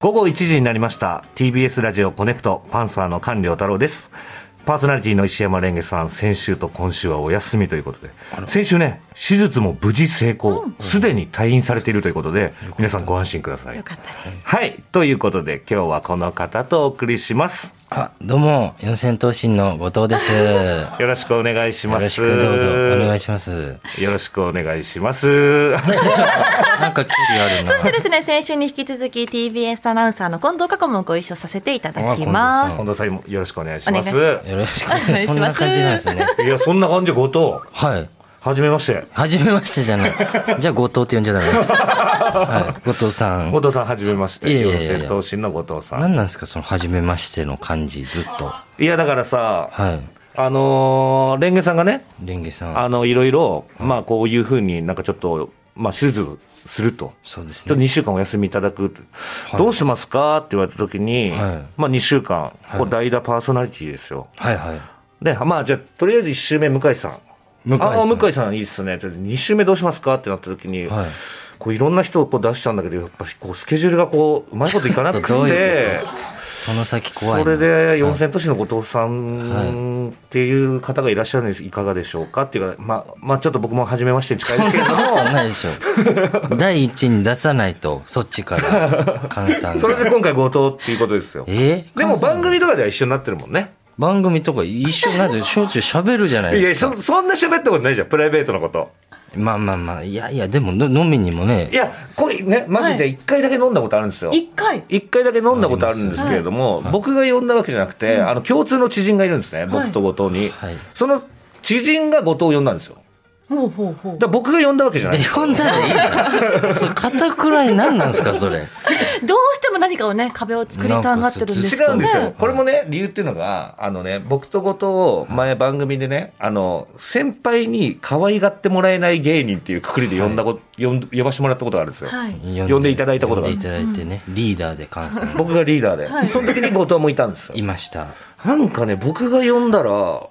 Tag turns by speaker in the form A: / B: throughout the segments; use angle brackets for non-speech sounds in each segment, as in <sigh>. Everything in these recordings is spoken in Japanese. A: 午後1時になりました TBS ラジオコネクトパンサーの官僚太郎ですパーソナリティの石山レンゲさん先週と今週はお休みということで先週ね手術も無事成功すで、に退院されているということで皆さんご安心ください
B: よかったです。
A: はいということで今日はこの方とお送りします
C: あ、どうも、四千頭身の後藤です。よ
A: よろしく <laughs> お願いしま
C: ろし
A: す
C: くどうぞお願いします。
A: よろしくお願いします。
C: なんか距離あるな
B: そしてですね、先週に引き続き TBS アナウンサーの近藤佳子もご一緒させていただきます。
A: 近藤さんもよろしくお願いしま
B: お願
A: す。。
C: <laughs> よろしくお願いします。そんな感じなんですね。
A: いや、そんな感じ、後藤。
C: はい。
A: はじめまして。
C: はじめましてじゃない。じゃあ、後藤って呼んじゃダメです。はい。後藤さん
A: 後。藤さん、はじめまして。
C: いやいやいやいや
A: 四千頭身の後藤さん。
C: 何なんですか、その、はじめましての感じ、ずっと。
A: いや、だからさ、
C: は
A: あのーレンゲさんがね、
C: い。レンゲさん。
A: あの、いろいろ、まあ、こういうふうになんかちょっと、まあ、手術すると。
C: そうで
A: ち
C: す
A: ょっと
C: ね。
A: 2週間お休みいただくと、どうしますかって言われたときに、
C: は
A: まあ2週間、こう代打パーソナリティですよ。
C: はいはい。
A: で、まあじゃあ、とりあえず1周目、向井さん。
C: 向井さん
A: ああ、向井さんいいっすね。ちょっと2周目どうしますかってなった時に、
C: はい
A: い、こういろんな人をこう出したんだけど、やっぱりこうスケジュールがこう、うまいこといかなく
C: ちょっとどうい
A: て、
C: その先怖
A: そ
C: いな。
A: れで四千都市の後藤さんっていう方がいらっしゃるんです、いかがでしょうかっていうか、まあ、まあちょっと僕も初めましてに近いですけれど
C: <laughs> そんな
A: も、
C: ないで
A: <laughs>
C: しょ。第一に出さないと、そっちから、菅さん
A: それ
C: が。
A: で今回後藤っていうことですよ。
C: え
A: でも番組とかでは一緒になってるもんね。
C: 番組とか一緒なんでしょっちゅう喋るじゃない
A: い
C: で
A: や、
C: すか。
A: そそんな喋ったことないじゃん、プライベートのこと。
C: まあまあまあ、いやいや、でもの飲みにもね
A: い、や、これね、マジで一回だけ飲んだことあるんですよ。
B: 一回
A: 一回だけ飲んだことあるんですけれども、僕が呼んだわけじゃなくて、あの共通の知人がいるんですね、僕と後藤に、
C: はい
A: その知人が後藤を呼んだんですよ
B: ほうほうほう
A: だから僕が呼んだわけじゃない
C: で、呼んだらいいじゃん。そう、片くらい何なんすか、それ。
B: <laughs> どうしても何かをね、壁を作りたがってるんです
A: 違
B: け
A: う
B: ど
A: ん
B: ね
A: ですよ、これもね理由っていうのがあのね僕と後藤を前番組でねあの先輩に可愛がってもらえない芸人っていうくくりで呼んだこ、呼ん呼ばしてもらったことがあるんですよ、
B: はい。
A: <laughs> 呼んでいただいたことがあ
C: 呼
A: る
C: んでいただいてね、リーダーで菅
A: <laughs>
C: さんが
A: 僕がリーダーで、その時に後藤もいたんですよ
C: いました。
A: なんかね僕が呼んだら後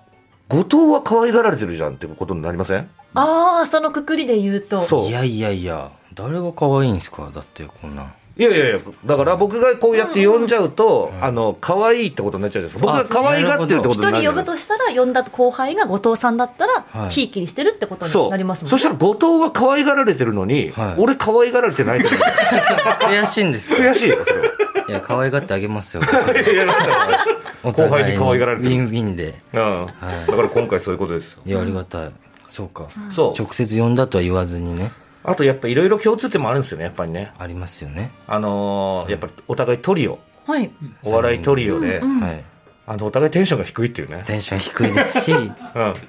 A: 藤は可愛がられてるじゃんってことになりません
B: ああ、そのくくりで言うと。
A: そう
C: いやいやいや、誰が可愛いんすかだって、こ
A: <laughs>
C: んな。
A: いやいやいや、だから僕がこうやって呼んじゃうと、あの、可愛いってことになっちゃうじゃないですか。
C: あ
A: 僕が可愛がってるってこと
B: 一
A: になるじ
B: 人
A: ゃ
B: 呼
A: な
B: ぶ
A: いですか。
B: としたら、呼んだ後輩が後藤さんだった
C: は
B: ら、
C: い
B: ひいきにしてるってこと
A: そ
B: になります
A: う。
B: もん
A: そしたら後藤は可愛がられてるのに、
C: はい
A: 俺可愛がられてないってこと
C: 悔しいんですか
A: 悔しいよ、それは。
C: いや、可愛がってあげますよ。
A: いやいやなんだろ
C: お
A: <laughs>
C: 互い
A: 後輩に可愛がられてる
C: ウィンウィンで。
A: <laughs> ううん。だから今回そういうことですよ。
C: いや、ありがたい。そうか。
A: そう。
C: 直接呼んだとは言わずにね、
A: あとやっぱいろいろ共通点もあるんですよね、やっぱりね。
C: ありますよね。
A: あのーやっぱりお互いトリオ、
B: はい。
A: お笑いトリオで、
C: はい。
A: あの、お互いテンションが低いっていうね。
C: テンション低いですし、
A: うん。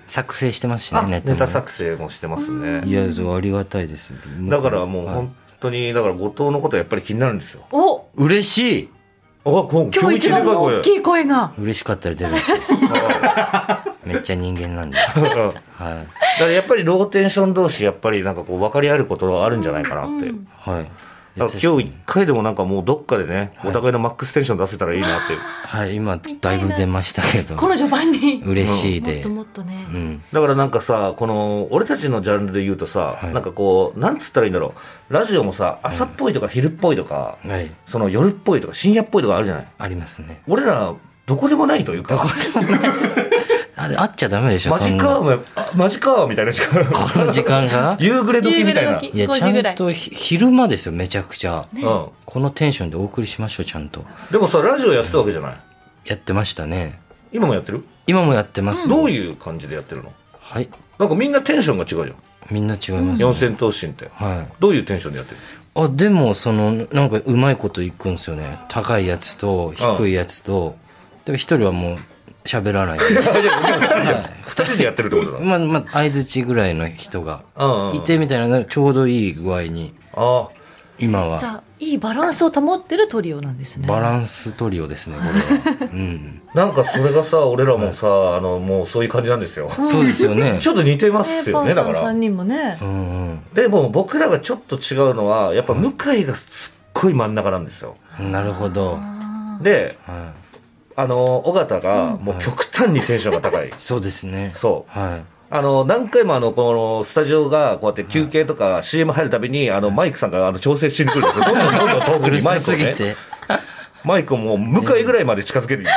C: 作成してますし
A: あ
C: ね、
A: ネ
C: もね
A: タ作成もしてますね。
C: いや、そう、ありがたいです。
A: だからもう
C: はい
A: 本当に、だから後藤のことはやっぱり気になるんですよ。
B: お
C: 嬉しい
A: あ、今日
B: 今日一番の大きい声が。
C: 嬉しかったら出るんですよ。めっちゃ人間なんで。
A: うん
C: はい。
A: だからやっぱりローテーション同士、やっぱりなんかこう分かり合えることがあるんじゃないかなって。
C: はい。
A: だから今日一回でもなんかもうどっかでね、お互いのマックステンション出せたらいいなって。
C: はい、今、だいぶ出ましたけど。
B: この序盤に。
C: 嬉しい
B: もっ
C: で
B: と。もっとね。
C: うん。
A: だからなんかさ、この、俺たちのジャンルで言うとさ、
C: はい
A: なんかこう、なんつったらいいんだろう。ラジオもさ、朝っぽいとか昼っぽいとか、
C: はい。
A: その夜っぽいとか深夜っぽいとかあるじゃない。
C: ありますね。
A: 俺ら、どこでもないというか、
C: あ、で会っちゃダメでしょ、
A: マジ
C: そ
A: か、
C: ん
A: お前、あマジか、みたいな時間。 <laughs>
C: なこの時間が
A: 夕暮れ時みたい
B: 夕
A: な。
B: 暮れ
C: いや、
B: 5
C: ち
B: 時ぐら
C: ゃ
B: い
C: んとひ昼間ですよ、めちゃくちゃ。
A: うん。
C: このテンションでお送りしましょう、ちゃんと。
A: でもさ、ラジオやってたわけじゃない。
C: やってましたね。
A: 今もやってる
C: 今もやってます。
A: どういう感じでやってるの
C: はい。
A: なんかみんなテンションが違うじゃん。
C: みんな違います。
A: 四千頭身って。
C: はい。
A: どういうテンションでやってる <laughs>
C: あ、でも、その、なんか、うまいこといくんですよね。高いやつと、低いやつと、でも一人はもう、喋らない。 <laughs>
A: 二人でやってるってことだ。
C: まあ、まあ、相づちぐらいの人が
A: うんうんうん
C: いてみたいな、ちょうどいい具合に、
A: ああ。
C: 今
B: じゃ
C: は、
B: あ、いいバランスを保ってるトリオなんですね。
C: バランストリオですね、これは。うん。
A: なんかそれがさ、俺らもさ、あの、もうそういう感じなんですよ。
C: そうですよね
A: ち。ょっと似てま
B: ね
A: すよ
B: パ
A: ね、
B: ン
A: だ
B: さ
A: か
B: ん3
A: ら。
B: 人もね
C: う。ん
A: でも僕らがちょっと違うのは、やっぱ向井がすっごい真ん中なんですよ。
C: うん。なるほど。
A: で、
C: は
A: あの、尾形がもう極端にテンションが高い。
C: い。そうですね。
A: そう。
C: は
A: あの、何回もあの、この、スタジオが、こうやって休憩とか CM 入るたびに、あの、マイクさんが、あの、調整しに来るんですよ。どんどんどんどん遠
C: い。 <laughs>
A: く
C: うる
A: にマ
C: さ
A: イク
C: す
A: を
C: ぎ
A: ね。
C: て。
A: マイクをもう向かいぐらいまで近づけていっ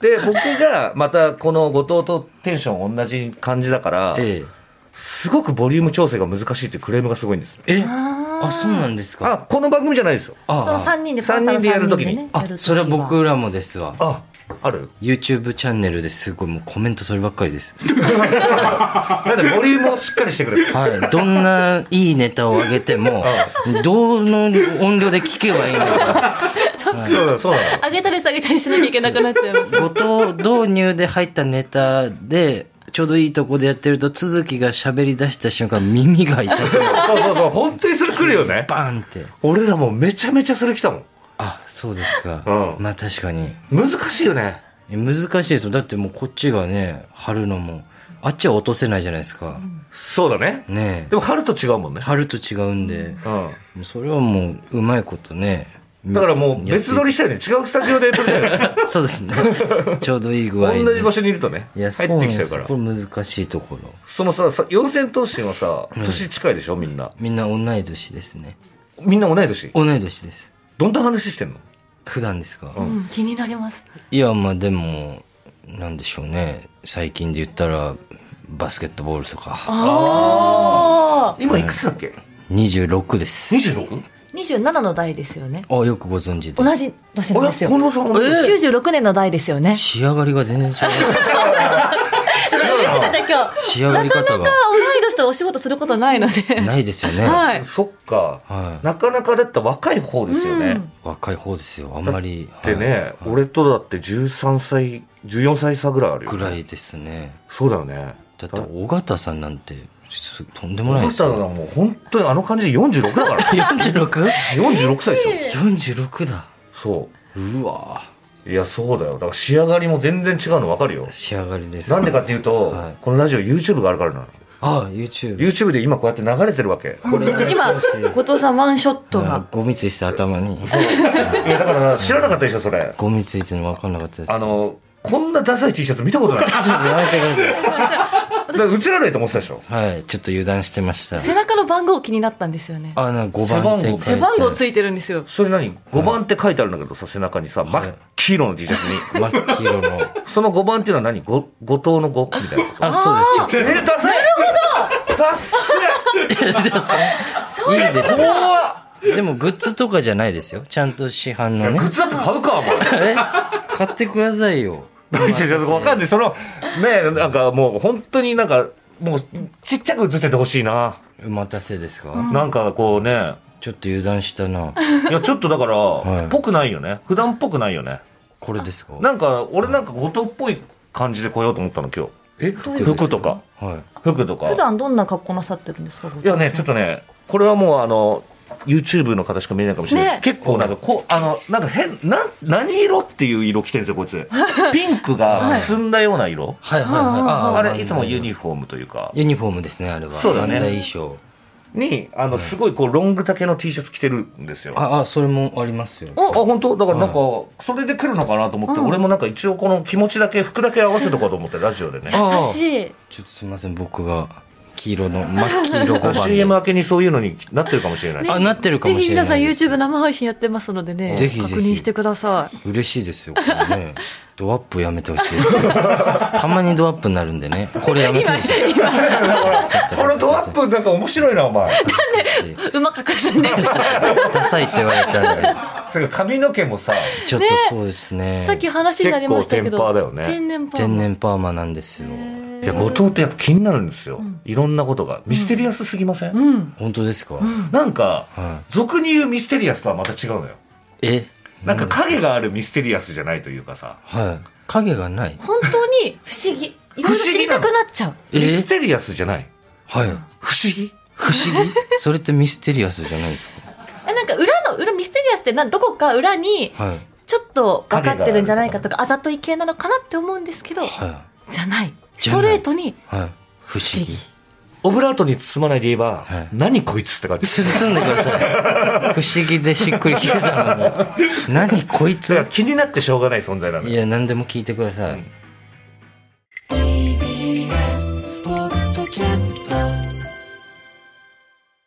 A: てるで僕がまたこの後藤とテンション同じ感じだから、
C: え
A: すごくボリューム調整が難しいっていうクレームがすごいんです
C: ええあそうなんですか
A: あこの番組じゃないですよ
C: あ
B: その3人で
A: 三人でやるときに
B: パンサーの三人でねやると
C: あ
B: き
C: それは僕らもですわ
A: あある
C: YouTube チャンネルですごいもうコメントそればっかりです
A: なん
C: <laughs>
A: でボリュームをしっかりしてくれる
C: はい、どんないいネタを上げても、どの音量で聞けばいいのか、
A: そうだそうだ
B: 上げたり下げたりしなきゃいけなくなっちゃ
C: <laughs>
B: います
C: 後藤導入で入ったネタで、ちょうどいいとこでやってると、都築が喋り出した瞬間、耳
A: <laughs>
C: が痛くなる。
A: そうそうそう本当にそれ来るよね
C: バーンって。
A: 俺らもめちゃめちゃそれ来たもん
C: あ、そうですか。
A: うん
C: まあ確かに。
A: 難しいよね
C: 難しいですよ。だってもうこっちがね、貼るのも、あっちは落とせないじゃないですか。
A: そうだね
C: ねえ
A: でも春と違うもんね、
C: 貼ると違うんで、
A: う
C: もうそれはもう、うまいことね。
A: ん、だからもう別撮りしたよね違うスタジオで撮りたいよね
C: そうです
A: <laughs>
C: ね。ちょうどいい具合に。
A: 同じ場所にいるとね
C: い
A: 入
C: や、
A: っ
C: そ
A: て
C: うなん
A: きちゃ
C: で
A: う
C: す
A: から
C: これ難しいところ。
A: そのささ四千頭身はさ年近いでしょみんな
C: みんな同い年ですね。
A: みんな同い年
C: 同い年です。
A: どんな話してんの
C: 普段ですか、
B: うん気になります
C: いや、まあでも、なんでしょうね。最近で言ったら、バスケットボールとか。
B: ああ
A: 今いくつだっけ
C: 26です。
A: 26?
B: 27の代ですよね
C: あ、よくご存知で。
B: 同じ年なんです
A: 俺
B: よ
A: 近藤さんも
B: 96年の代ですよね
C: 仕上がりが全然違う。
B: 嬉しかった今日
C: 仕上がり方が
B: 同い年とお仕事することないので
C: ないですよね。
B: はい
A: そっか、
C: はい
A: なかなかだったら若い方ですよね、
C: 若い方ですよ。あんまり。
A: でね、
C: はい
A: 俺とだって13歳14歳差ぐらいあるよ
C: ぐらいですね。
A: そうだよね
C: だって、尾形さんなんて、すとんで
A: あ
C: もない
A: な
C: です
A: た
C: よ。
A: はもう本当にあの感じで46だから
B: <laughs>
A: 46歳ですよ
C: 46?46 だ。
A: そう
C: わ
A: ういやそうだよだから仕上がりも全然違うの分かるよ
C: 仕上がりです。
A: なんでかっていうと、
C: はい
A: このラジオ YouTube があるからなの
C: ああ、YouTube。
A: YouTube で今こうやって流れてるわけ
C: これ
B: 今後藤さんワンショットが
C: ゴミついてた頭に。
A: いやだから知らなかったでしょそれ
C: ゴミついてるの分かんなかったです。
A: あのこんなダサい T シャツ見たこと
C: <laughs>
A: ないだか
C: ちょっとやめて
B: <laughs>
C: くだ
A: ら映らないと思ってたでしょ
C: さい。はい、ちょっと油断してました。
B: 背中の番号気になったんですよね
C: あ、なんか5番って書いて
B: 背番号ついてるんですよ
A: それ何5番って書いてあるんだけどさ背中にさ真っ黄色の T シャツに
C: 真っ黄色の。
A: その5番っていうのは何ご後藤の5みたいな <laughs> こと
C: あ、そうです。ちょっ
A: えー、ダサいなるほどダッサ
B: そういうこと
A: い怖っ
C: とでもグッズとかじゃないですよ。ちゃんと市販のね
A: グ。ッズだって買うかお前 <laughs>
C: え買ってくださいよ。
A: わかんないそのねなんかもう本当になんかもうちっちゃく映っててほしいな、
C: お待たせですか、
A: なんかこうね
C: ちょっと油断したな。
A: いやちょっとだから、
C: い
A: ぽくないよね普段っぽくないよね
C: これですか
A: なんか俺なんか後藤っぽい感じで来ようと思ったの今
C: え、
A: 日
C: 服
A: 服とか
C: は
A: 服とか
B: 普段どんな格好なさってるんですか後
A: い
B: 藤さ
A: や
B: ん
A: ねちょっとねこれはもうあの YouTube の方しか見えないかもしれないです、結構なんかこうあのなんか変な何色っていう色着てるんですよこいつピンクがくすんだような色、
C: い。はいはいはい。
A: あれいつもユ
C: フォーム。
A: ニフォームというか
C: ユニフォームですね、あれは。
A: そうだね
C: 漫才衣装。
A: にあのすごいこうロング丈の T シャツ着てるんですよあ
C: あ、あ、それもありますよ。
A: 本当だからなんかそれで来るのかなと思って俺もなんか一応この気持ちだけ服だけ合わせとこうと思ってラジオでね
C: あ
B: 優しい
C: ちょっとすみません、僕が黄色の、真っ黄色5番
A: <laughs> CM
C: で。
A: 明けにそういうのになってるかもしれない
C: あ、なってるか
B: ぜ
C: も
B: ひ
C: しれ
B: 皆さ
C: なんいです。
B: YouTube 生配信やってますのでね
C: ぜひぜひ
B: 確認してください
C: 嬉しいですよ、これね。ドアップやめてほしいです、ね。
A: <laughs>
C: たまにドアップになるんでね。これやめてほしい。
A: このドアップなんか面白いなお前
B: うまく隠すんです
C: <laughs> ダサいって言われたんで。
A: それから髪の毛もさ
C: ちょっとそうですね。
B: さっき話になりましたけ
A: 結
B: ど
A: 構天パーだよね
B: 天然パー
C: 天然パーマなんですよ。
A: いや後藤ってやっぱ気になるんですよいろんなことがミステリアスすぎません、
C: 本当ですか、
A: なんか、
C: は
A: 俗に言うミステリアスとはまた違うのよ
C: え
A: なんか影があるミステリアスじゃないというかさ
C: はい。影がない
B: 本当に不思議いろいろ知りたくなっちゃう
C: え
A: ミステリアスじゃない
C: はい。
A: 不思議
C: 不思議それってミステリアスじゃないですか
B: えなんか裏の裏ミステリアスってなどこか裏に
C: はい。
B: ちょっと分かってるんじゃないかとかあざとい系なのかなって思うんですけど
C: は
B: じゃない
C: じ
B: ス
C: ゃな
B: ト
C: い
B: レートに
C: い。はい。不思議。
A: オブラートに包まないで言えば、
C: はい
A: 何こいつって感じです。
C: 包んでください。不思議でしっくりきてたのに。何こい
A: だか
C: つ
A: ら気になってしょうがない存在なの
C: い
A: よ。
C: や、何でも聞いてください。